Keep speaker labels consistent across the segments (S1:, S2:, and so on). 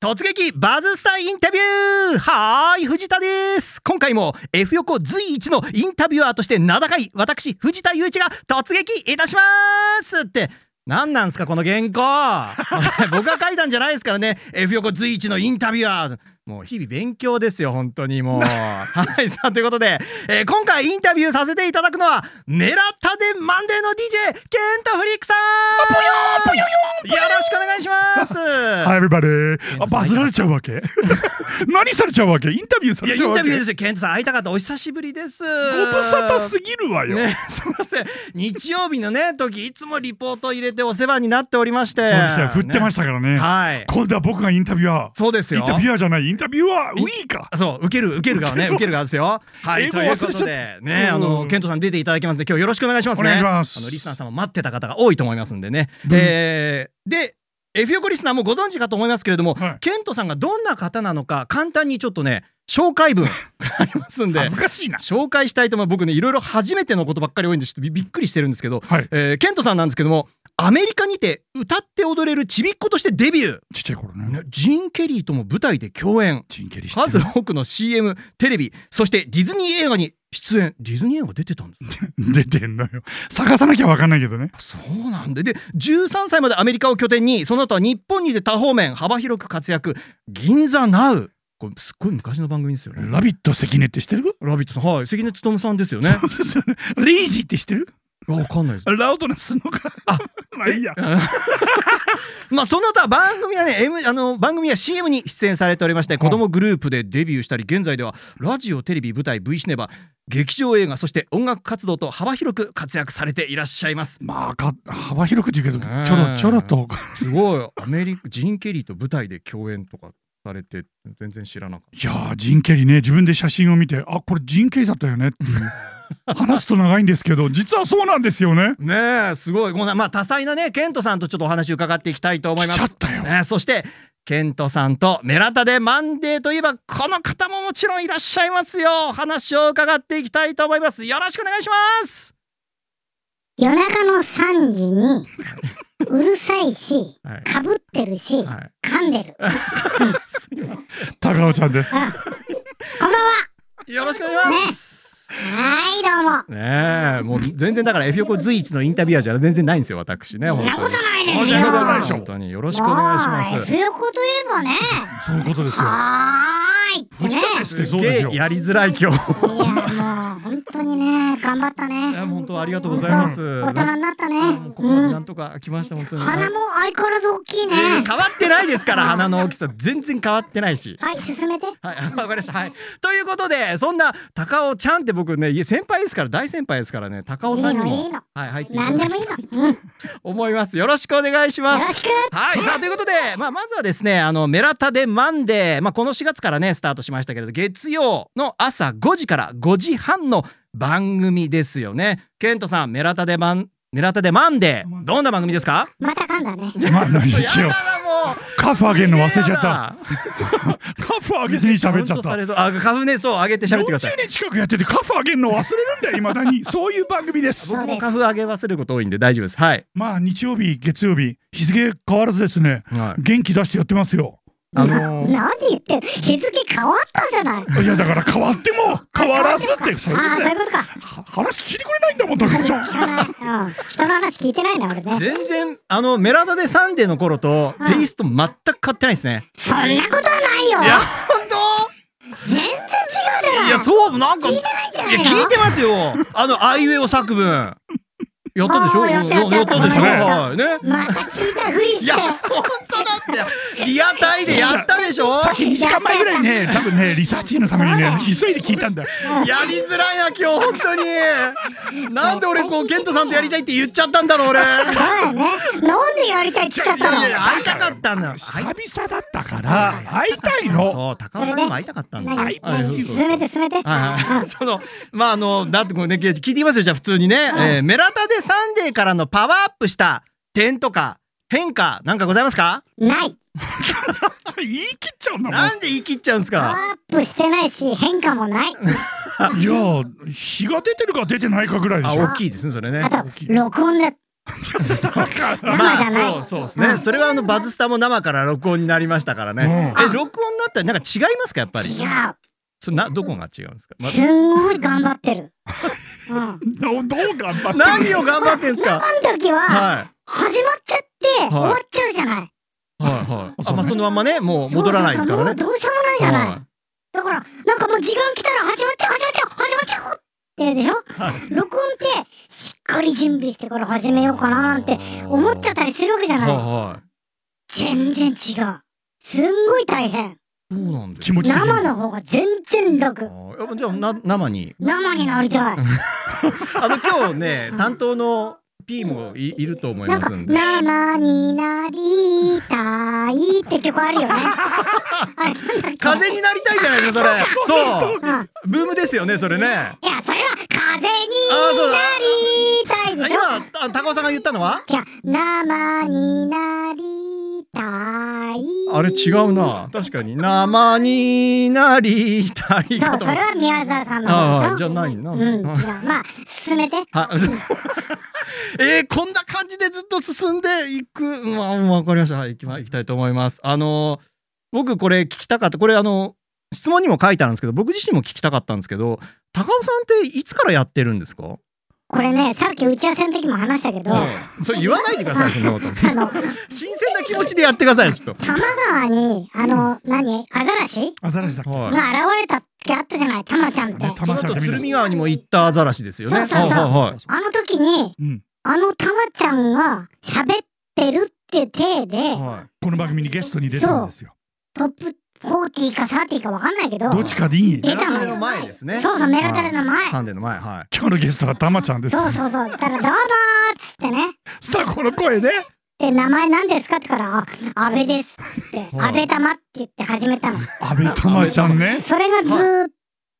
S1: 突撃バズスタインタビューはーい藤田です今回も F 横随一のインタビュアーとして名高い私藤田雄一が突撃いたしますって何なんすかこの原稿 僕が書いたんじゃないですからね F 横随一のインタビュアーもう日々勉強ですよ本当に もうはいさあということで、えー今回インタビューさせていただくのはメラタデマンデーの DJ ケントフリックさんよろしくお願いします
S2: Hi everybody!
S1: ト
S2: あ、バズられちゃう わけ何されちゃうわけインタビューさ
S1: いや
S2: れ
S1: イ
S2: ちゃう
S1: ン
S2: わ
S1: タ
S2: け
S1: ビューですよケントさん会いたかったお久しぶりですご
S2: ご無沙汰すぎるわよ、
S1: ね、 すみません日曜日のね時いつもリポートを入れてお世話になっておりまして
S2: そうでしたよ、振ってましたからね
S1: ねはい
S2: 今度は僕がインタビュアー
S1: そうです
S2: イ
S1: よ
S2: ンタビュアーじゃない、インタビュアーウィーか
S1: そう受ける受ける 側ね受ける側ですよはい
S2: 英
S1: と
S2: 語
S1: いう
S2: 忘
S1: こ
S2: れちゃった
S1: とでねあの
S2: うん
S1: ケントさん出ていただきますので今日よろしくお願いしますね
S2: お願いします
S1: あのリスナーさんも待ってた方が多いと思いますんでね、
S2: うん
S1: えーで F 横リスナーもご存知かと思いますけれども、
S2: はい
S1: ケントさんがどんな方なのか簡単にちょっとね紹介文 ありますんで
S2: 恥ずかしいな
S1: 紹介したいと思います僕ねいろいろ初めてのことばっかり多いんでちょっとびびっくりしてるんですけど、
S2: はい、
S1: えーケントさんなんですけどもアメリカにて歌って踊れるちびっ子としてデビュ
S2: ちっちゃい頃
S1: ー、
S2: ね
S1: ねジン・ケリーとも舞台で共演
S2: チンケリして
S1: 数多くの CM テレビそしてディズニー映画に出演ディズニー映画出てたんですね
S2: 出てんのよ探さなきゃわかんないけどね
S1: そうなんでで13歳までアメリカを拠点にその後は日本にて多方面幅広く活躍銀座ナウこれすっごい昔の番組ですよ
S2: 「
S1: ね
S2: ラビット関根」って知ってる
S1: ラビットさんはい関根勤さんですよね
S2: そうですよね レイジって知ってる
S1: わかんないです
S2: ラウドなすんのか
S1: あ
S2: まあいいや
S1: まあその他番組はね、M、あの番組は CM に出演されておりまして子供グループでデビューしたり現在ではラジオテレビ舞台 V シネマ劇場映画そして音楽活動と幅広く活躍されていらっしゃいます
S2: まあか幅広く言うけど
S1: ねえ
S2: ちょろちょろと
S1: すごいアメリカジン・ケリーと舞台で共演とかされて全然知らなかっ
S2: いやージン・ケリーね自分で写真を見てあこれジン・ケリーだったよねっていう 話すと長いんですけど実はそうなんですよね
S1: たねえすごいこんなまあ多彩なねケントさんとちょっとお話伺っていきたいと思い
S2: 来
S1: ま
S2: ちゃっ
S1: す
S2: たよ、
S1: ねえそしてケントさんとメラタでマンデーといえばこの方ももちろんいらっしゃいますよお話を伺っていきたいと思いますよろしくお願いします
S3: 夜中の3時に、うるさいし、
S1: はい。
S3: かぶってるし、
S1: はい。
S3: 噛んでる。あ、
S2: 高尾ちゃんです
S3: こんばんは。
S1: よろしくお願いします。
S3: はい、どうも。
S1: ねえ、もう全然だから F 横随一のインタビュアーじゃ全然ないんですよ、私ね。
S3: そん
S1: 本
S3: な
S1: 当
S3: こ
S1: に
S3: とないですよ。
S2: 申し訳ございません
S1: 本当によろしくお願いしま
S3: もう
S1: す。
S3: F 横といえばね、
S2: そういうことですよ
S3: はーいってね。
S2: すってそうですよ
S1: やりづらい今日。
S3: いや、もう本当にね、頑張った
S1: いや
S3: ね。
S1: 本当ありがとうございます。
S3: 大人になったね。
S1: ここま
S3: う。
S1: でなんんとか来ました本当に。
S3: 鼻も相変わらず大きいね
S1: え。ー変わってないですから鼻の大きさ全然変わってないし。
S3: はい、進めて。
S1: はい、 わかりました。はい。ということで、そんな高尾ちゃんって僕ね、いや先輩ですから、大先輩ですからね、高尾
S3: いい
S1: さんに
S3: の、
S1: も、
S3: いいの。
S1: はい、入っていた
S3: 何
S1: だ
S3: で
S1: き
S3: も
S1: たい
S3: いいの。うん。よ
S1: と思います。よろしくお願いします。
S3: ろしく。
S1: はい、さあということで、まあ、まずはですね「あのメラタデマンデー」まあ、この4月からねスタートしましたけれど月曜の朝5時から5時半の番組ですよね。ケントさん「メラタデマンメラタデマンデー」どんな番組ですか
S3: また噛んだね。
S2: まあ一
S1: や
S2: 応
S1: だなもう
S2: カフ上げるの忘れちゃった
S1: た
S2: カフ上げずに喋っちゃ
S1: カ
S2: っ
S1: ウントさ
S2: た
S1: れそうあ花粉ねそう上げて喋ってください
S2: 40年近くやっててカフ上げるの忘れるんだよいま だにそういう番組です
S3: そう
S1: 僕
S3: です
S1: も花粉上げ忘れること多いんで大丈夫ですはい、
S2: まあ日曜日月曜日日付変わらずですね
S1: はい、
S2: 元気出してやってますよ
S1: あ
S3: な
S1: のー
S3: 何言ってる日付変わったじゃない。
S2: いやだから変わっても変わらず ってそ
S3: あ
S2: ういう
S3: あ
S2: こ
S3: ー、
S2: とだ
S3: そういう
S2: よ
S3: ことか。
S2: は話聞いてくれないんだもん高尾ちゃん
S3: 聞かない。うん。人の話聞いてないな、俺ね。
S1: 全然あのメラタデサンデーの頃と
S3: はい
S1: テイスト全く変わってないですね、
S3: そんなことはないよ。
S1: いや本当
S3: 全然違うじゃない。
S1: いやそうなんか
S3: 聞いてないんじゃ
S1: いや
S3: ないの
S1: 聞いてますよ。あのあいうえお作文やったでしょ。
S3: あーやったやった
S1: やったでしょ。
S2: やっ
S1: は
S2: た
S1: いね。
S3: また聞いたふりして。
S1: いや本当だってリアタイでやったでしょ。
S2: さっき2時間前ぐらい ね、多分ね、リサーチのためにね、急いで聞いたんだよ。
S1: やりづらいな今日本当 に。なんで俺こうケントさんとやりたいって言っちゃったんだろう俺。い
S3: だよね。なんでやりたいって言っちゃった
S1: や
S3: の
S1: いやいや会いたかったんだよ。
S2: 久
S1: 会い
S2: 々だったから、会いたいの。
S1: そう高尾さんにも会いたかったんですよ。
S2: はい
S1: はいそうそう
S3: 進めて進めて。
S1: はいはい、そのまああのだってこれね聞いてみますよじゃあ普通にね、えーメラタデサンデーからのパワーアップした点とか変化なんかございますか
S3: ない。
S2: 言い切っちゃうんだもん。い
S1: なんで言い切っちゃうんです
S3: パワ
S1: か
S3: ーアップしてないし、変化もな
S2: や、
S3: い。
S2: 日が出てるか出てないかぐらいで
S1: あ
S2: しょ。
S1: 大きいですねそれね
S3: あと、録音だ。
S1: ま
S3: 生じゃ
S1: あ
S3: ない
S1: そうそうですね、それはあのバズスタも生から録音になりましたからね、
S2: うん
S1: え録音になったらなんか違いますかやっぱり
S3: 違う
S1: それなどこが違うんですか、ます
S3: んごい頑張っ てる、うん、あ
S2: どどう頑張って
S1: 何を頑張ってんですか
S3: の時は
S1: は
S3: 始まっちゃって終わっちゃうじゃない、
S1: いはいはい
S2: そ
S1: あ
S2: うね
S1: まあそのまんまねもう戻らないですからね
S3: そうそうそうもうどうしようもないじゃない、
S1: はい
S3: だからなんかもう時間来たら始まっちゃう始まっちゃう始まっちゃうってでしょ、録音ってしっかり準備してから始めようかななんて思っちゃったりするわけじゃ
S1: は
S3: ないい、
S1: はい
S3: 全然違うすんごい大変
S1: そうなんです
S2: 気持ち的に
S3: 生の方が全然楽
S1: あやっぱじゃあな生に
S3: 生になりたい
S1: あの今日 ね担当の P もいいると思い
S3: なん
S1: ま
S3: か
S1: すんで
S3: 生になりたいって曲ある よねあれなんだっけ
S1: 風になりたいじゃないですかそれそう
S3: うん
S1: ブームですよねそれね
S3: いやそれは風に
S1: あそうだ
S3: なりたいでしょ
S1: 今あ高尾さんが言ったのは
S3: じゃあ生になりたい
S1: あれ違うな確かに生になりたい
S3: そ
S1: か
S3: う
S1: と
S3: それは宮沢さんの方で
S1: あ
S3: し
S1: あ
S3: ょ
S1: じゃないな、
S3: うん違う
S1: は
S3: まあ進めて
S1: い えー、こんな感じでずっと進んでいくまあわかりましたはい行きま行きたいと思いますあのー僕これ聞きたかったこれあの質問にも書いてあるんですけど僕自身も聞きたかったんですけど高尾さんっていつからやってるんですか
S3: これねさっき打ち合わせの時も話したけどあ
S1: うんそれ言わないでくださいそんなこと
S3: の
S1: 新鮮な気持ちでやってくださいちょっ
S3: 多摩川にあの何アザラシ
S2: アザラシだっ
S1: と
S2: け、
S1: はい
S3: が現れたってあったじゃないタマちゃんって
S2: ねた
S1: そ
S2: ま
S1: の
S2: ちゃん
S1: 後
S2: って見
S1: 鶴
S2: る
S1: 見川にも行ったアザラシですよね。
S3: そうそうそ
S1: は
S3: う
S1: いはいはい
S3: あの時に
S2: うん、
S3: あのタマちゃんが喋ってるって体で
S1: は
S2: この番組にゲストに出たんですよ
S3: トップ40か30かわかんないけど
S2: どっちかでいい
S1: い。
S3: 出た
S1: メラ
S3: のよ
S1: タレの前ですね。
S3: そうそうメラタレの前
S1: サンデーの前はい。
S2: 今日のゲストはたまちゃんです
S3: そうそうそう。だから、どうもーっつってね。
S2: そしたらこの声で
S3: で、名前何ですかって言ったら、あ、安倍ですっつって、
S1: はい
S3: 安倍玉って言って始めたの。
S2: 安倍たまちゃんね
S3: それがずーっ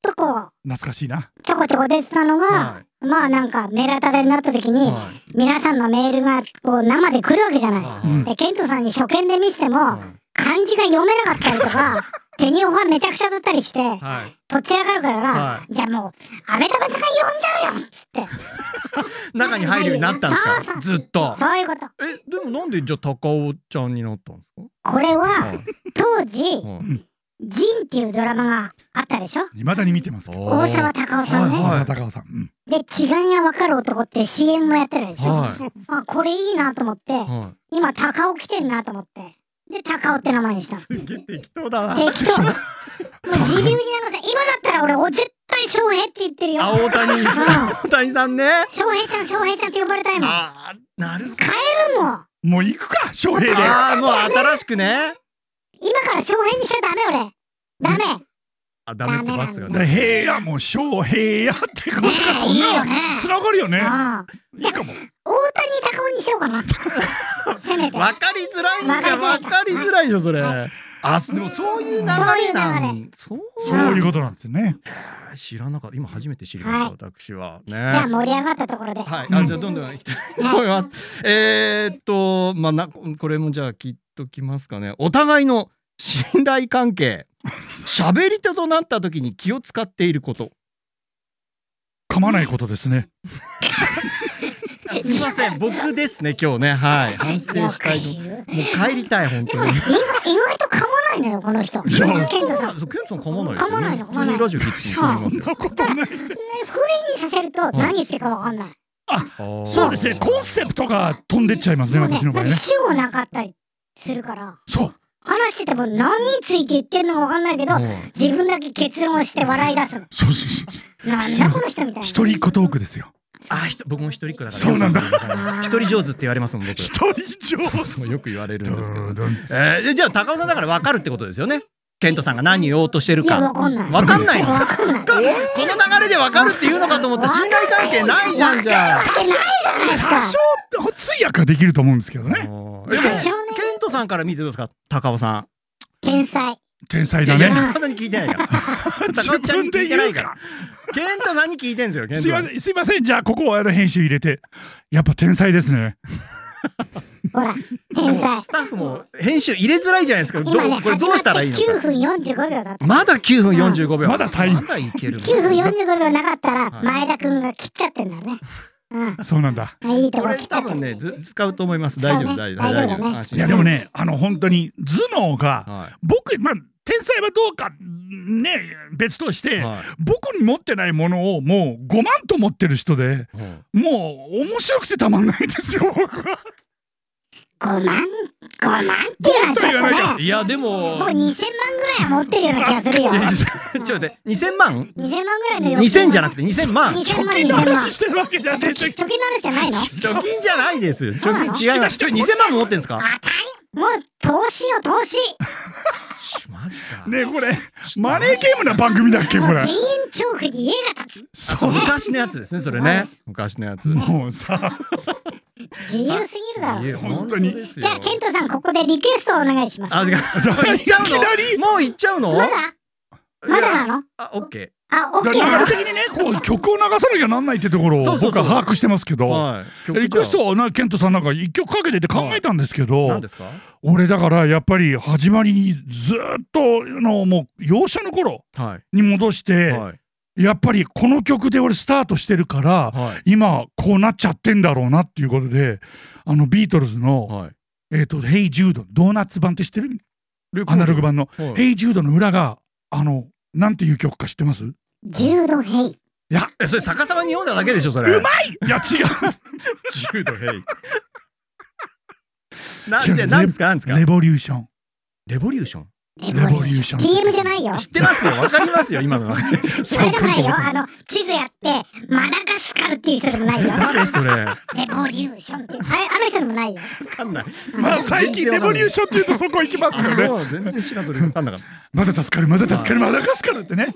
S3: とこ
S2: 懐かしいな
S3: う、ちょこちょこ出てたのが、
S1: は
S3: まあなんか、メラタレになった時に、
S1: いは
S3: 皆さんのメールがこう生で来るわけじゃない。
S1: い。
S2: うん
S3: で、ケントさんに初見で見せても、漢字が読めなかったり とか、手にオファめちゃくちゃだったりして、
S1: はい。
S3: とっちらかるから、
S1: は
S3: じゃあもう、安倍玉ちゃんが呼んじゃうよっつって。
S1: 中に入るようになったんです
S3: そうそ
S1: か。
S3: う
S1: ずっと。
S3: そういうこと。
S1: えでもなんでじゃあ高尾ちゃんになったんです
S3: これ
S1: か。
S3: は、
S1: はい
S3: 当時、
S1: はい
S3: ジンっていうドラマがあったでしょ
S2: 未だに見てますから
S1: お
S3: 大
S1: ー
S3: 沢たかおさんね、
S1: はい
S2: 大沢たかおさん、うん
S3: で「違いが分かる男」って CM もやってるでしょ、
S1: はい
S2: そう
S3: あこれいいなと思って、
S1: は
S3: 今たかお来てんなと思ってでたかおって名前にしたの
S1: い。すげえ適当だな。
S3: 適 当もう自流に流せ今だったら俺お絶対翔平って言ってるよ
S1: あ大谷さん。大谷さんね。
S3: 翔平ちゃん翔平ちゃんって呼ばれたいもん
S1: あーなるほど。
S3: 変えるもん
S2: もう行くか翔平で
S1: ああもう新しくね。
S3: 今から翔平にしちゃダメ俺ダメ
S1: あダメって罰が
S3: ダ
S2: で
S1: ね。
S2: 平野も翔平野ってこと
S3: ね
S2: が
S3: え
S2: こ
S3: い
S2: ん
S3: いよ
S2: な
S3: ね
S2: つながるよね
S3: ああ
S2: いいかも
S3: 大谷高おにしよう かなせめて
S1: わかりづらいんじゃんわ
S3: わ
S1: か
S3: か
S1: り
S3: り
S1: づ
S3: づ
S1: らいでしょそれ。
S3: は
S1: あでもそういう流れ
S3: そういう
S1: なん。そう
S2: そういうことなんですよね
S1: 知らなかった今初めて知りました、
S3: はい
S1: 私はね
S3: じゃあ盛り上がったところで、
S1: はい、
S2: う
S1: あ
S2: ん
S1: じゃあどんどん行きたいと思います。えーっとまあなこれもじゃあ聞いときますかね。お互いの信頼関係、喋り手となった時に気を使っていること。
S2: 噛まないことですね
S1: あすみません、僕ですね今日ねはい反省したいと。も
S3: で
S1: う帰りたい本当
S3: も
S1: に
S3: ね。意外意外と噛まないのよこの人
S2: いや
S3: ケントさんね
S1: そうケンさん噛まない
S3: 噛まないの
S1: 普
S3: 噛
S1: 通
S3: まない
S1: にラジオ聞いてても噛みます
S2: そん
S1: よ。
S2: なことない
S3: フリーにさせると何言ってるかわかんない、
S1: あー
S2: そうですねコンセプトが飛んでっちゃいますね
S3: もうね
S2: 私の場合ね
S3: だって主語なかったりするから
S2: そう
S3: 話してても何について言ってるのかわかんないけど
S1: はい
S3: 自分だけ結論して笑い出すの
S2: そうそうそう
S3: なんだこの人みたいな
S2: 一人っ子トークですよ
S1: あひと僕も一人っ子だから。
S2: そうなんだ
S1: 一人上手って言われますもん僕。
S2: 一人上
S1: そう
S2: 手
S1: よく言われるんですけど。
S2: どん
S1: えー、じゃあ高尾さんだから分かるってことですよねケントさんが何言おうとしてる
S3: いや
S1: か
S3: わかんない
S1: わかんないの
S3: わかんない
S1: この流れで分かるって言うのかと思ったら信頼関係ないじゃんじゃあ
S3: わけないじゃないです
S2: 多
S3: か
S2: 少通訳はできると思うんですけどね
S1: もう
S3: 多
S1: え
S3: 少
S1: でも
S3: ね
S1: ケントさんから見てどうですか高尾さ
S3: 天才
S2: 天才
S1: んいや
S2: だ
S1: いや
S2: ね
S1: 高尾さんに聞いて ないから高尾ちゃんに聞いてないからケントさんに聞いてんですよケント
S2: すい
S1: さ
S2: ま
S1: ん
S2: せんすいませんじゃあここをあの編集入れてやっぱ天才ですね
S3: ほら天才
S1: スタッフも編集入れづらいじゃないですかどう
S3: 今ね
S1: これどうしたらいいの
S3: 始まっ
S1: か
S3: て9分45秒だった
S1: まだ9分45秒
S2: まだタイム
S1: まだいける
S3: 9分45秒なかったら
S1: はい
S3: 前田くんが切っちゃってんだよね。うん。
S2: そうなんだ。
S3: あいいと
S1: こ
S3: こ
S1: れ
S3: 来ちゃ
S1: 多
S3: った
S1: 分。ねず使うと思います大丈夫
S3: 使う
S1: 大
S3: ね
S1: 丈夫大丈
S3: 大丈夫だ
S1: 夫
S3: ね
S1: 安心
S2: いやでもねあの本当に頭脳が
S1: は
S2: 僕まあ天才はどうかね別とし
S1: い
S2: て
S1: は
S2: 僕に持ってないものをもう5万と持ってる人で
S1: いうん
S2: もう面白くてたまんないですよ僕は。
S3: 5万 ?5 万っていうのはちょっ
S2: もっと言わない
S3: と
S2: か
S3: ね。
S1: いやでも
S3: 僕2000万ぐらいは持ってるような気がするよ。
S1: いや
S3: 2000
S1: ちょちょっと待って2000万
S3: 万ぐらいの欲求
S1: 2000じゃなくて2000万
S3: 2000
S2: 貯
S3: 万
S2: 金の
S3: 2000万
S2: 話。してるわけじゃない
S3: 貯金貯金の話じゃないの
S1: 貯金じゃないです よ
S3: そうな
S1: 貯
S3: の
S1: 金違います2000万も持ってんですか
S3: あたいもう投資よ投資
S1: マジか
S2: ねえこれマネーゲームな番組だっけ
S3: も
S2: こ
S3: う
S2: れ
S3: 田園調布に家が建
S1: あそう昔のやつですねそれね昔のやつ
S2: もうさ
S3: つ自由すぎるだろ
S1: いや
S2: 本当に
S1: です
S3: じ
S1: よ
S3: ゃあケントさんここでリクエストをお願いします
S1: あ違う行っちゃう
S2: いきなり
S1: のもう行っちゃうの
S3: まだまだなの
S1: あオッケ
S3: あオッ
S2: だ
S3: ケー
S2: から
S3: なの
S2: 流れ的にねこう曲を流さなきゃなんないってところを
S1: そうそうそう
S2: 僕は把握してますけ
S1: ー
S2: ど
S1: はい
S2: リクエス
S1: は
S2: トをなケントさんなんか一曲かけてって考えたんですけど
S1: 何ですか
S2: 俺だからやっぱり始まりにずーっとあのもう幼少の頃
S1: は
S2: に戻し
S1: い
S2: て
S1: はい
S2: やっぱりこの曲で俺スタートしてるから
S1: はい
S2: 今こうなっちゃってんだろうなっていうことであのビートルズの
S1: はい
S2: 「えーと Hey Jude」ドーナツ版って知ってるアナログ版の
S1: は
S2: 「
S1: い
S2: Hey Jude」の裏があのなんていう曲か知ってます
S3: 柔道ヘイ
S2: いや
S1: えそれ逆さまに読んだだけでしょそうれ
S2: まいいや 違う
S1: 柔道ヘイ なじゃあ何ですか何ですか
S2: レボリューション
S1: レボリューション
S3: レ
S2: ボリューション
S3: TM じゃないよ
S1: 知ってますよわかりますよ今のは
S3: それでもないよあの地図やってマダガスカルっていう人でもないよ
S1: 誰それわ
S3: レボリューションっていうあれあの人でもないよ
S1: かんない
S2: まあ最近レボリューションっていうとそこ行きます
S1: あ
S2: よね
S1: そう全然知らんそれわかんなかっ
S2: まだ助かるまだ助かるまだ助かるってね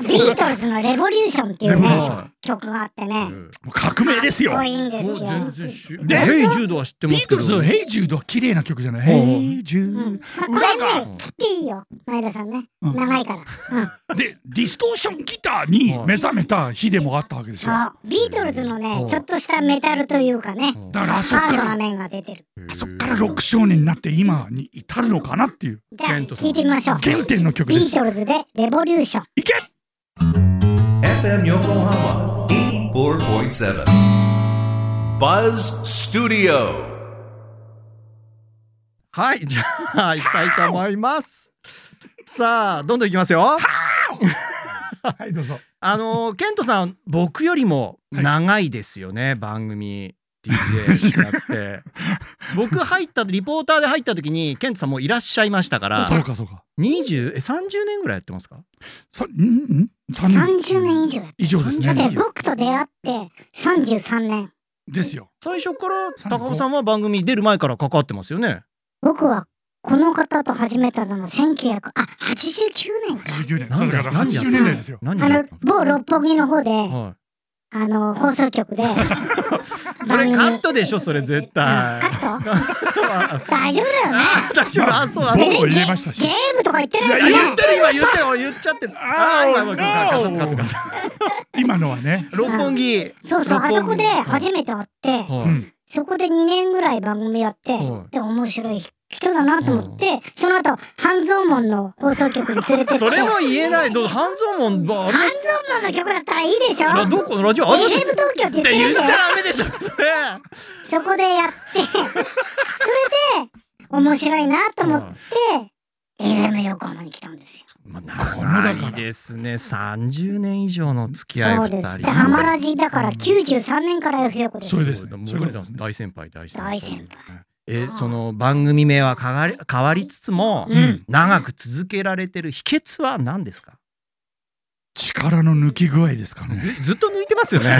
S3: ビートルズのレボリューションっていう
S1: レボ
S3: ね曲があってね
S2: もう革命ですよ
S3: かっこいいんですよ
S1: 全然知
S2: で
S1: まあヘイ柔道は知ってま
S2: ビー
S1: すけ
S2: ト
S1: ど
S2: ルズの「ヘイジュード」は綺麗な曲じゃない「
S1: うん
S2: ヘイジ
S3: う
S2: ュ
S3: ん
S2: ー
S3: まあ、これ
S1: 裏が
S3: ね切っていいよ前田さんね、
S2: うん
S3: 長いから、うん、
S2: ド」でディストーションギターに目覚めた日でもあったわけです
S3: そ
S2: よだか
S3: うビートルズのね
S1: うん
S3: ちょっとしたメタルというかね
S1: うん
S2: らあそっ
S3: ハー
S2: か
S3: ドな
S2: ら
S3: 面が出てる
S2: あそっからロック少年になって今に至るのかなっていう
S3: じゃあ
S1: ケントさん
S3: 聞いてみましょう
S2: 原点の曲で
S3: ビー
S2: す
S3: トルズでレボリューション
S2: いけ
S4: FM Yokohama E 84.7. Buzz Studio.
S1: はいじゃあ行きたいと思いますさあどんどん行きますよ
S2: はいどうぞ
S1: あのーケントさん僕よりも長いですよね、番組 DJ やって僕入ったリポーターで入った時にケントさんもういらっしゃいましたから
S2: そうかそうか
S1: 20え30年ぐらいやってますか
S2: さんん三
S3: 30年以上やって
S2: 以上です
S3: だって
S2: ね
S3: 僕と出会って33年
S2: ですよ
S1: 最初から
S2: 35
S1: 高尾さんは番組出る前から関わってますよね
S3: 僕はこの方と始めたのの1900あ89年か
S2: 89年
S1: な
S2: そ
S1: ん
S2: う
S1: だ
S2: だから
S1: 何や
S2: 80年代ですよ
S1: 何
S3: あ
S1: や
S3: の
S1: ってます
S3: 某六本木の方で
S1: は
S3: あの放送 局で
S1: い、それカットでしょそれ絶対
S3: カット
S1: あ
S3: 大丈夫だよ ね
S1: 大丈夫あそうあ
S2: 某
S1: の
S2: を
S3: 別に
S2: 入
S3: ジ
S2: れ
S3: ェ
S2: ましたし
S3: ジェーブとか言ってないしね
S1: 言ってる今言ってよ言っちゃってるああ今今今カットカットカット
S2: 今のはね
S1: 六本木
S3: そうそう、あ
S1: 六
S3: そこ
S1: 本木
S3: で初めて会って、
S1: は
S2: う
S1: い
S2: ん
S3: そこで2年ぐらい番組やって、
S1: はい
S3: で、面白い人だなと思って、その後、半蔵門の放送局に連れてって、
S1: それ
S3: 半
S1: も言えない。どう半蔵門ばあ
S3: 蔵門の曲だったらいいでしょ
S1: れ
S3: エ
S1: どこのラジオあります
S3: ヘブ東京って言っ
S1: って言
S3: てる
S1: っ
S3: ん
S1: ちゃ
S3: だよ。
S1: ダメでしょ。それ。
S3: そこでやって、それで、面白いなと思って、FM 横浜に来たんですよ。
S1: まあ、
S2: ら
S1: 長いですね。三十年以上の付き合い
S3: そ
S1: 二人。
S3: うです。で、ハマラジだから93年から F 横で
S2: そ。
S3: す
S2: う
S1: そう
S2: で
S1: です
S2: すね
S1: ね。
S2: そういうことですね
S1: 大先輩大先輩。
S3: 大先輩
S1: えその番組名は変わり変わりつつも、
S3: うん。
S1: 長く続けられてる秘訣は何ですか。
S2: 力の抜き具合ですかね。
S1: ずずっと抜いてますよ ね。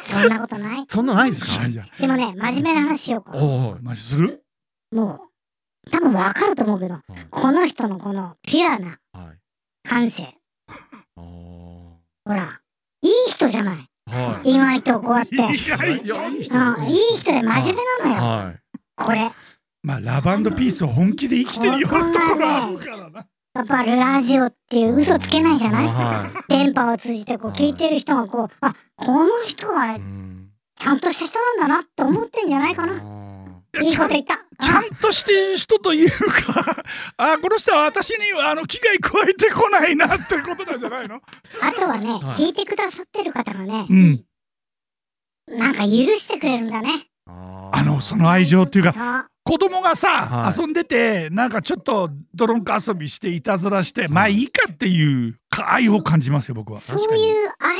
S3: そんなことない。
S1: そんなのないですか
S2: い。やいや、
S3: でもね、真面目な話しようか。
S1: おお。
S2: マジする。
S3: もう、多分わかると思うけど、この人のこのピュアな
S1: はい。
S3: 感性。
S1: お
S3: ほら、いい人じゃない。
S1: ーは
S3: 意外とこう やって。
S2: 意
S1: い。
S2: 外と。
S1: いい
S3: うん、いい人で真面目なのよ。
S1: はい。
S3: これ。や
S2: まあ、ラバンドピースを本気で生きてるようなところあるからな。
S3: っぱラジオっていう嘘つけないじゃない
S1: は。
S3: 電波を通じてこう聞いてる人がこう、あ、この人はい
S1: うん。
S3: ちゃんとした人なんだなって思ってんじゃないかな。
S1: な。
S3: いいこと言った。
S2: ちゃんとしてる人というか、あーこの人は私にあの危害加えてこないなってことなんじゃないの？
S3: あとはね、
S1: はい
S3: 聞いてくださってる方がね
S2: う、ん。
S3: なんか許してくれるんだね。
S1: あ
S2: あのその愛情っていうか
S3: か。
S2: 子供がさ、
S1: はい
S2: 遊んでてなんかちょっと泥んこ遊びしていたずらして、まあいいかっていうか愛を感じますよ僕は。
S3: そうそういう愛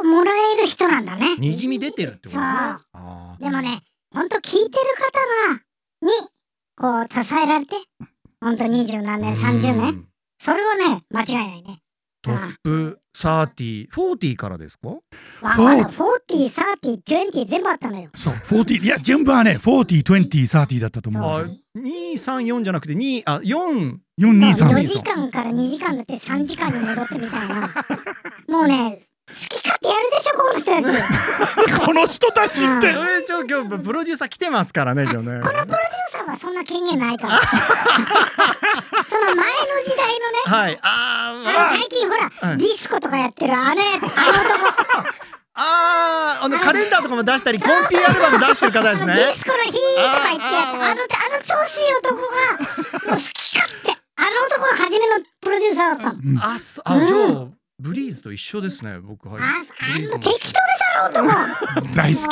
S3: をもらえる人なんだね。
S1: にじみ出てるってことです
S3: そ
S1: ね
S3: う。
S1: あー
S3: でもね、ほんと聞いてる方が、に、こう、支えられて、ほんと二十何年、三十
S1: う
S3: 年。
S1: ん
S3: それはね、間違いないね。
S1: トップ30、40からですか
S3: わ、
S2: そう
S3: まだ40、30、20全部あったのよ。
S2: そう40いや順番はね402030だったと思
S1: あ
S2: う。
S1: 234じゃなくて2あ4
S2: 4232
S3: 4時間から2時間だって3時間に戻ってみたいな。もうね、好き勝手やるでしょ、この人たち。
S2: この人たちっ
S1: そ
S2: て
S3: う
S1: れちょっと今日プロデューサー来てますからねでもね
S3: さんはそんな権限ないから。その前の時代のね、
S1: はいあ
S3: あの最近ほら、
S1: うん
S3: ディスコとかやってるあれ、あの男、
S1: ーあーあのカレンダーとかも出したりコンピアルバム出してる方です
S3: あの
S1: ね
S3: ディスコの日とか言って、
S1: あああ
S3: あの、あの調子いい男が、もう好き勝手、あの男が初めのプロデューサーだったの。
S2: うん
S1: あそあじゃあブリーズと一緒ですね僕はい
S3: ああ
S1: ブリーズ
S3: の
S1: も
S3: 適当でしょ、あの男。
S2: 大好
S3: も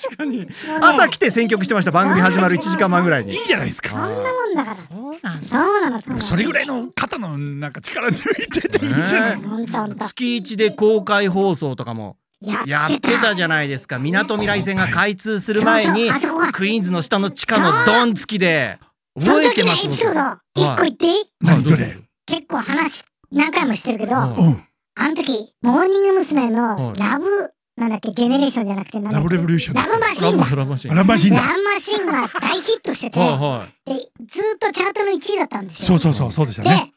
S1: 確かに
S3: うもうね
S1: 朝来て選曲してました番組始まる1時間前ぐらい
S2: き
S1: に
S2: いいじゃないです
S1: あ
S2: か。
S3: そん
S1: ー
S3: なもんだから。そ
S1: そうなんだ
S3: うなの、そうなの。
S2: それぐらいの肩のなんか力抜いてていいんじゃない、
S1: ね
S3: ほんとほんと。
S1: 月1で公開放送とかもや
S3: や
S1: っ
S3: って
S1: て
S3: た。
S1: たじゃないですかみなとみらい線が開通する前に
S3: そうそうあそこが
S1: クイーンズの下の地下のドン付きで
S3: その
S1: 覚えて
S3: 時の
S1: ま
S3: エ
S1: す
S3: ピソード、
S1: 僕
S3: 一個言っていい
S1: はい
S2: 何どれ
S3: 結構話、何回もしてるけど、
S1: は
S2: うん、
S3: あの時、モーニング
S1: は
S3: 娘。の
S1: い
S3: ラブ、なんだっけ、ジェネレーションじゃなくて、なんだ
S2: ラ
S3: っ
S2: ブ
S3: け
S2: レボリューション
S3: ラ
S2: だ
S3: ブマシンだ。
S1: ラブマシン
S2: ラブマシンだ
S3: ラブマシンが大ヒットしてて、
S1: はいはい
S3: でずーっとチャートの1位だったんです
S2: そ
S3: よ。
S2: うそうそうそうでした
S3: で
S2: ね、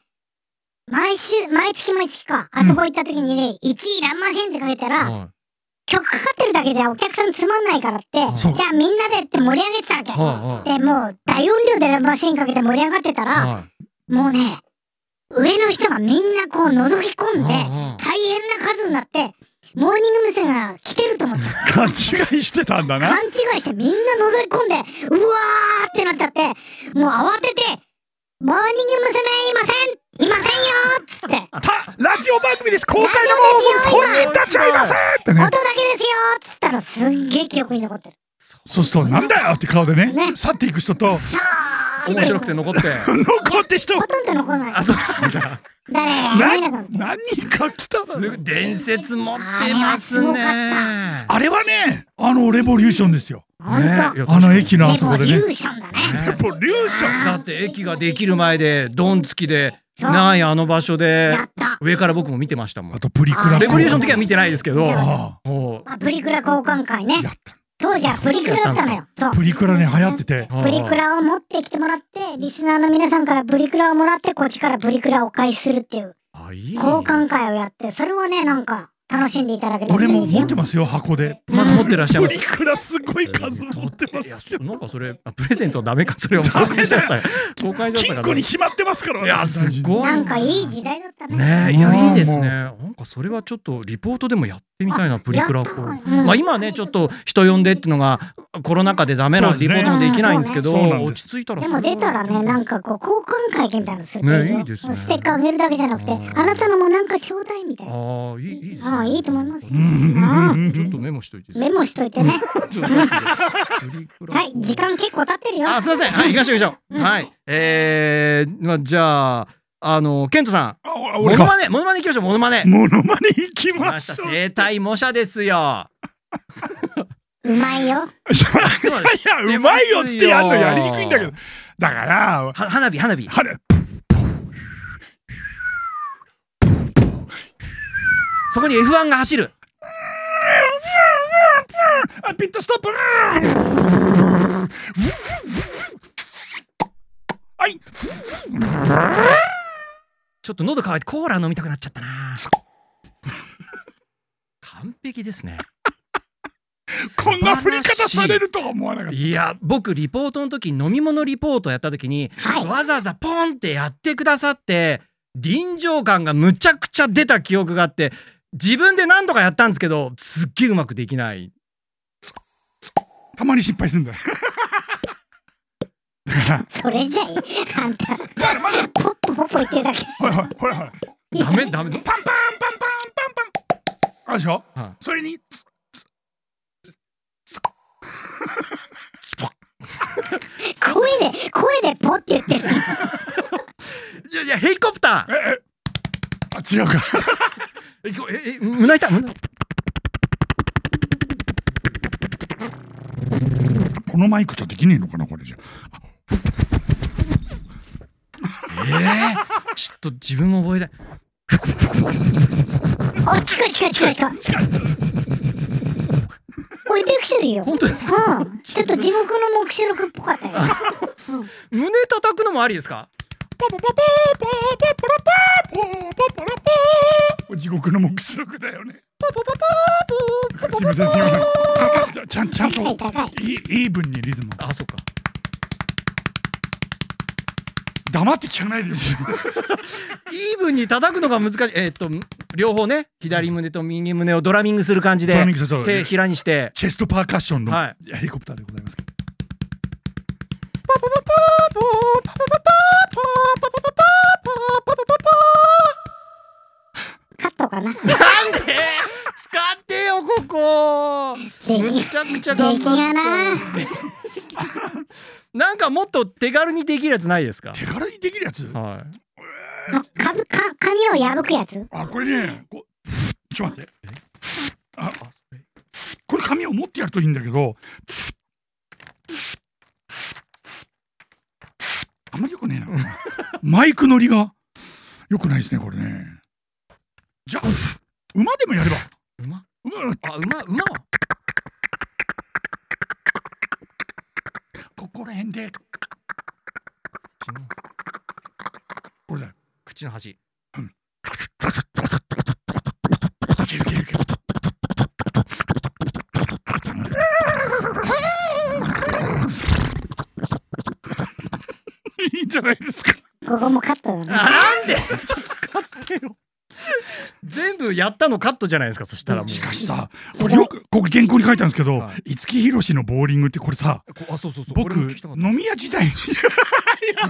S3: 毎週、毎月毎月か、あそこ行った時にね、1位ラブマシンってかけたら、
S1: は
S3: 曲かかってるだけじゃお客さんつまんないからって、じゃ
S2: そう
S3: あみんなでって盛り上げてた
S1: い
S3: わ
S1: はい
S3: け。で、もう大音量でラブマシンかけて盛り上がってたら、
S1: は
S3: もうね、上の人がみんなこうのぞき込
S1: い
S3: んで、
S1: は
S3: 大変な数になって、モーニング娘。が来てると思っちゃった。
S2: 勘違いしてたんだな
S3: 勘違いしてみんな覗き込んで、うわーってなっちゃって、もう慌てて、モーニング娘。いませんいませんよーっつって、音だ
S2: たラジオ番組です公開
S3: ラ
S2: の
S3: ジオ
S2: もう
S3: ですよ
S2: 本人たちはいませんって
S3: け
S2: ね
S3: ですよーっつったのすっげえ記憶に残ってる。
S2: そうするとなんだよって顔でね
S3: ね
S2: 去っていく人と
S3: さあ
S1: い面白くて残って
S2: 残って人
S3: ほとんど残らない
S1: あ。そうなんだ
S3: 誰やめな
S2: 何
S3: かった。
S2: 何人か来た
S1: すごい
S2: の
S1: 伝説持ってますね
S3: あ
S2: あれはねあのレボリューションですよ
S3: ほんと。
S1: ね
S2: あの駅のあ
S3: レ
S2: そ
S3: ボ
S2: こで
S3: リ
S2: ね
S3: ューションだね。
S2: レボリューション
S1: だって駅ができる前でドン付きで
S3: そう
S1: ないあの場所で
S3: やった。
S1: 上から僕も見てましたも
S2: あ
S1: ん
S2: とプリクラ
S3: あ
S1: レボリューションの
S2: の
S1: 時は見てないですけど
S2: あ
S1: もう
S3: まあ、プリクラ交換会ね
S2: あ。やった
S3: 当時はプリクラだったのよ。そう。
S2: プリクラね流行ってて
S1: はい
S3: プリクラを持ってきてもらって、リスナーの皆さんからプリクラをもらって、こっちからプリクラをお返しするっていう
S1: あいい
S3: 交換会をやって、それはね、なんか楽しんでいただけたみた
S2: 俺
S3: い
S2: も
S3: ですよ
S2: 持ってますよ箱で
S1: まず持ってらっしゃい
S2: プ
S1: ます
S2: リクラすごい数持ってますけど
S1: なんかそれあプレゼントはダメかそれを公開してください公開しちゃった
S2: 金
S1: か
S2: 庫
S1: ら
S2: にしまってますから
S1: いやすごい
S3: なんかいい時代だったね。
S1: ねえ
S2: うん
S1: いやいいですね
S2: もう
S1: なんかそれはちょっとリポートでもやってみたいなプリクラを
S3: やったわよ
S1: まあ今ねちょっと人呼んでってのがコロナ禍でダメな
S2: そうで
S1: リ
S2: す
S1: ポ
S2: ね
S1: ートもできないんですけど
S2: そうなんです
S1: 落ち着いたら
S3: でも出たらね、なん
S1: か
S3: かこう、交換会みたいなのするといい
S1: ね
S3: よ
S1: いいですね
S3: ステッカーあげるだけじゃなくて、
S1: うん
S3: あなたのもなんかちょうだいみたいな。
S1: ああいいいいですね
S3: ああ、いいと思いますよ。うん
S1: ちょっと
S2: ん
S1: メモしといていいで
S3: メモしといてね。
S1: すかちょっと待ってプリクラ
S3: はい、時間結構経ってるよ。
S1: あすいませんはい行きましょう行きましょう
S3: うん
S1: はいえーまあじゃああのケントさ
S2: あ
S1: んモ
S2: 俺
S1: ノ
S2: か
S1: マネモノマネ行きましょうモノマネ
S2: モノマネ行き
S1: 来ま
S2: ま
S1: し
S2: したた
S1: 生体模写ですよ
S3: うまいよ。
S1: そうなんです
S2: いやうまいよっつってやるのやりにくいんだけどだから
S1: は花火花火
S2: はれ
S1: そこに F1 が走る
S2: あピットストップはい
S1: ちょっと喉乾いてコーラ飲みたくなっちゃったな完璧ですね
S2: こんな振り方されるとは思わなかっ
S1: いや僕リポートの時飲み物リポートやった時に
S3: はい。
S1: わざわざポンってやってくださって臨場感がむちゃくちゃ出た記憶があって自分で何度かやったんですけどすっげえうまくできない
S2: たたまに失敗するんだ よ
S3: それじゃい、あんた、ポッポポッポ言ってるだけ。
S2: ほらほらほらほら
S1: ダメダメ
S2: パンパンパンパンパンパンあでしょ
S1: は
S2: それにつつ
S3: 声で、声でポって言ってる。
S1: いやいや、ヘリコプタ
S2: えあ違うか
S1: ー。えこえ、え、胸板、胸板
S2: このマイクじゃできねえのかなこれじゃ
S1: えー、ちょっと自分も覚えない。
S3: お、近い近い近い近い。おい、できてるよ。
S1: 本当に
S3: うん。ちょっと地獄の目視録っぽかったよ。
S1: 胸叩くのもありですか
S2: パパパパパパパラパーパパパラパー地獄の目視録だよね
S1: パパパパーポー
S2: すいませんすいませんあじゃちゃんちゃんと
S3: 高い高い。
S2: いいいい分にリズムを
S1: あ、そうか。
S2: 黙って聞かないでよ
S1: イーブンに叩くのが難しい。えーっと、両方ね、左胸と右胸をドラミングする感じ
S2: ドラ
S1: で
S2: ミン、グそう
S1: 手平にして、
S2: チェストパーカッションの
S1: は
S2: ヘリコプターでございますけど、
S1: パパパパーポーパパパパーポーパパパパーポーパパパパ
S3: カットかな。
S1: ーなんで使ってよ、ここ
S3: 出
S1: め
S3: 来
S1: ちゃくちゃ
S3: 出
S1: 頑張
S3: 来がな
S1: っ。た。なんかもっと手軽にできるやつないですか
S2: 手軽にできるやつ
S1: はい。
S3: かぶか髪を破くやつ。
S2: あこれねこうちょっと待ってあこれ紙を持ってやるといいんだけどあんまりよくねえなマイク乗りがよくないですねこれねじゃあ馬でもやれば
S1: うま
S2: 馬
S1: あ、うま、うまは
S2: ここら辺で
S1: 違う
S2: これだよ
S1: 口の端。
S2: いけるいけるいけるいいんじゃないですか
S3: ここもカット
S1: あ、
S3: だな。
S1: なんで使ってよ。全部やったのカットじゃないですか、そしたらもう。
S2: しかしさ、
S3: す
S2: こ
S3: ごい
S2: れよく、ここ原稿に書いたんですけど
S1: は、
S2: 五木ひろしのボーリングって、これさ、
S1: こあ、そうそうそう。
S2: 僕、
S1: 俺も聞きたかった
S2: 飲み屋時代に。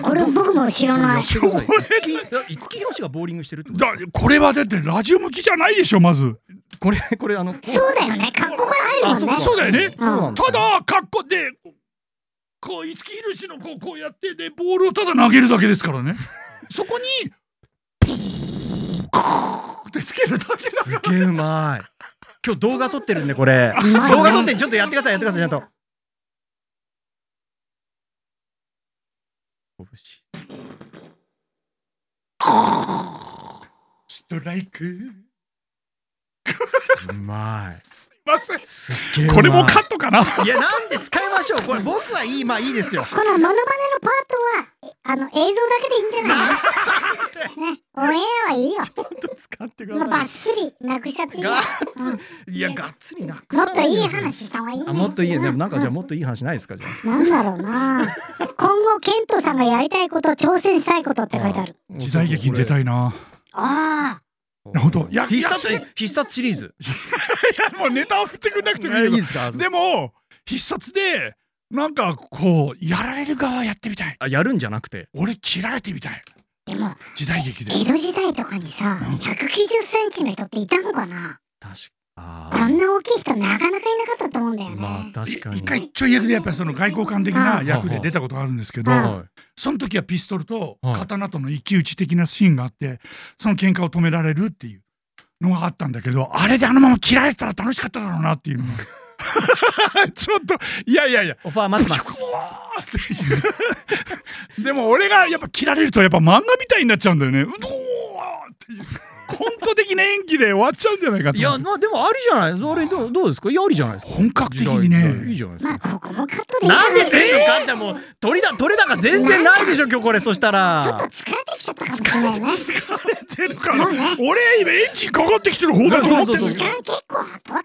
S3: これ僕も知らない。
S1: ください。五木ひろしがボーリングしてるってこと
S2: だこれはだってラジオ向きじゃないでしょ、まず。
S1: これ、これ、あの、
S3: そうだよね。格好から入るもんね。
S2: そうだよね
S1: そうなんです
S2: た
S1: ね、
S2: だ、格好で、こう、五木ひろしのこうこうやって、で、ボールをただ投げるだけですからね。そこに、ってつけるだけだ
S1: すげえうまい。今日動画撮ってるんで、これ。動画撮って、ちょっとやってください、やってください、ちゃんと。
S2: ストライク。
S1: うまい。す
S2: ません。
S1: すっげえうまい。
S2: これもカットかな。
S1: いや、なんで使いましょう。これ、僕はいい、まあいいですよ。
S3: このモノマネのパートは、えあの、映像だけでいいんじ ゃないのね。オンエアはいいよ。
S1: 本当使ってく
S3: もうバッスリなくしちゃっていいよ。
S1: が
S3: うん
S1: いや、がっつりなく
S3: も
S1: さ
S3: っ
S1: な
S3: と
S1: で
S3: い
S1: よ
S3: い。話した方がいいね。
S1: あ、もっといいね。でもなんかじゃあ
S3: う
S1: もっといい話ないですかじゃあ。
S3: んなんだろうな。今後、ケントさんがやりたいこと、挑戦したいことって書いてある。
S2: 時代劇に出た
S1: い。
S2: いな。
S3: あ
S2: や本当いや
S1: 必
S2: い
S1: 殺
S2: や、
S1: 必殺シリーズ。
S2: いやもうネタを振ってくれなくてもい
S1: い
S2: いよ
S1: いですか
S2: でも必殺でなんかこうやられる側やってみたい
S1: あやるんじゃなくて。
S2: 俺切られてみたい
S3: あ。でも、
S2: 時代劇で
S3: 江戸時代とかにさ、190センチの人っていたのかな
S1: 確か
S3: こんな大きい人なかなかいなかったと思うんだよね。
S1: まあ
S2: い
S1: 確かに。
S2: 一回ちょい役でやっぱりその外交官的な役で出たことがあるんですけど
S3: はあはあ
S1: は
S2: その時はピストルと
S1: はい
S2: 刀との一騎打ち的なシーンがあってその喧嘩を止められるっていうのがあったんだけどあれであのまま切られてたら楽しかっただろうなっていうのが ちょっといやいやいや
S1: い。オファー待ってま
S2: ピ
S1: す。
S2: コーっていうでも俺がやっぱ切られるとやっぱ漫画みたいになっちゃうんだよねうどーっていうコント的な演技で終わっちゃうんじゃないかと
S1: いやまあでもありじゃない。それどうどうですか。いやありじゃないですか。
S2: 本格的に
S1: いい
S2: ね
S1: じゃないです
S3: まあ、
S1: か。
S3: ここもカットでいい
S1: なんで
S3: ち
S1: 全部買ったもう取りだ取れ高全然ないでしょ今日これそした
S3: ょっと
S1: ら。
S3: 疲れてきちゃったかもしれな いね。
S2: 疲れてるから
S3: もうね
S2: 俺今エンジンかかってきてる方だと思って
S1: そうそ
S2: る
S1: う
S3: 時間結構と経ってる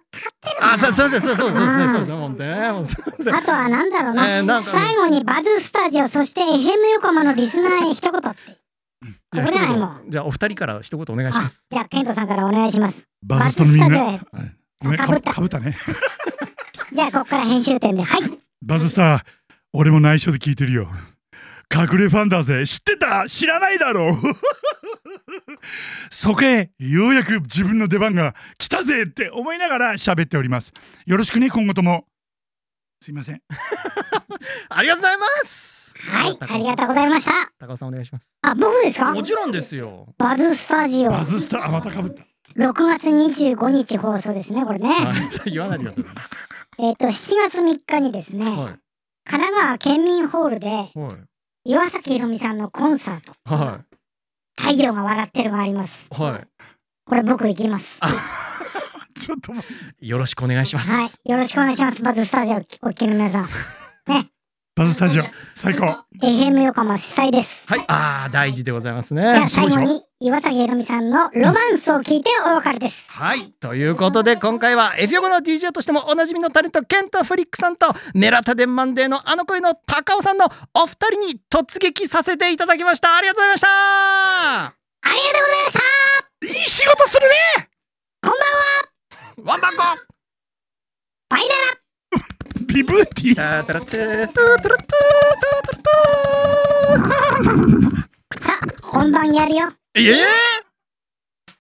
S3: もん
S1: あそうそうそうそうそうそうそうそうそう本当ね。もうすいません
S3: あとはなんだろうな,、
S1: えーなんか
S3: 最後にバズスタジオそして FM 横浜のリスナーへ一言って
S1: じゃあ
S3: これないも
S1: 一言じゃあお二人から一言お願いしま
S3: あ
S1: す。
S3: じゃあケントさんからお願いします
S2: バズストのみん
S3: バタジ
S2: な
S3: オへ
S2: ごめんか
S3: かぶ
S2: ぶ
S3: った
S2: ったね
S3: じゃあここから編集点ではい
S2: バズスター俺も内緒で聞いてるよ隠れファンだぜ知ってた知らないだろう そこへようやく自分の出番が来たぜって思いながら喋っておりますよろしくね今後ともすいません。
S1: ありがとうございます。
S3: はい、ありがとうございました。
S1: 高尾さんお願いします。
S3: あ、僕ですか
S1: もちろんですよ。
S3: バズスタジオ。
S2: バ
S3: 6
S2: ズスター、あ、またかぶった。
S3: 月25日放送ですね、これね。
S1: はい、じゃあ言わないでくださ
S3: えっ、と、7月3日にですね、
S1: い。は
S3: 神奈川県民ホールで、
S1: い。はい。
S3: 岩崎宏美さんのコンサート、
S1: は
S3: 太陽が笑ってるがあります。
S1: い。は
S3: これ僕行きます。
S1: あ
S3: は
S2: ちょっと待って
S1: い。よろしくお願いします。
S3: い、よろしくお願いします。バズスタジオ、お聞きの皆さん。
S2: バズスタジオ、最高。
S3: FM 横浜主催です。
S1: はい。ああ、大事でございます
S3: じゃ
S1: ね
S3: あ。最後
S1: そうでしょ
S3: に岩崎宏美さんのロマンスを聞いてお別れです。
S1: はい。ということで、今回は F 横の DJ としてもおなじみのタレント、ケント・フリックさんと、メラタデンマンデーのあの声の高尾さんのお二人に突撃させていただきました。ありがとうございました。
S3: ありがとうございました
S1: いい仕事するね
S3: こんばんは
S1: ワンバンコ
S3: バイナラ
S2: ビブーティー。
S1: タタラトゥトゥトゥルトゥトゥトゥルトゥ
S3: さあ、本番やるよ。
S1: ええ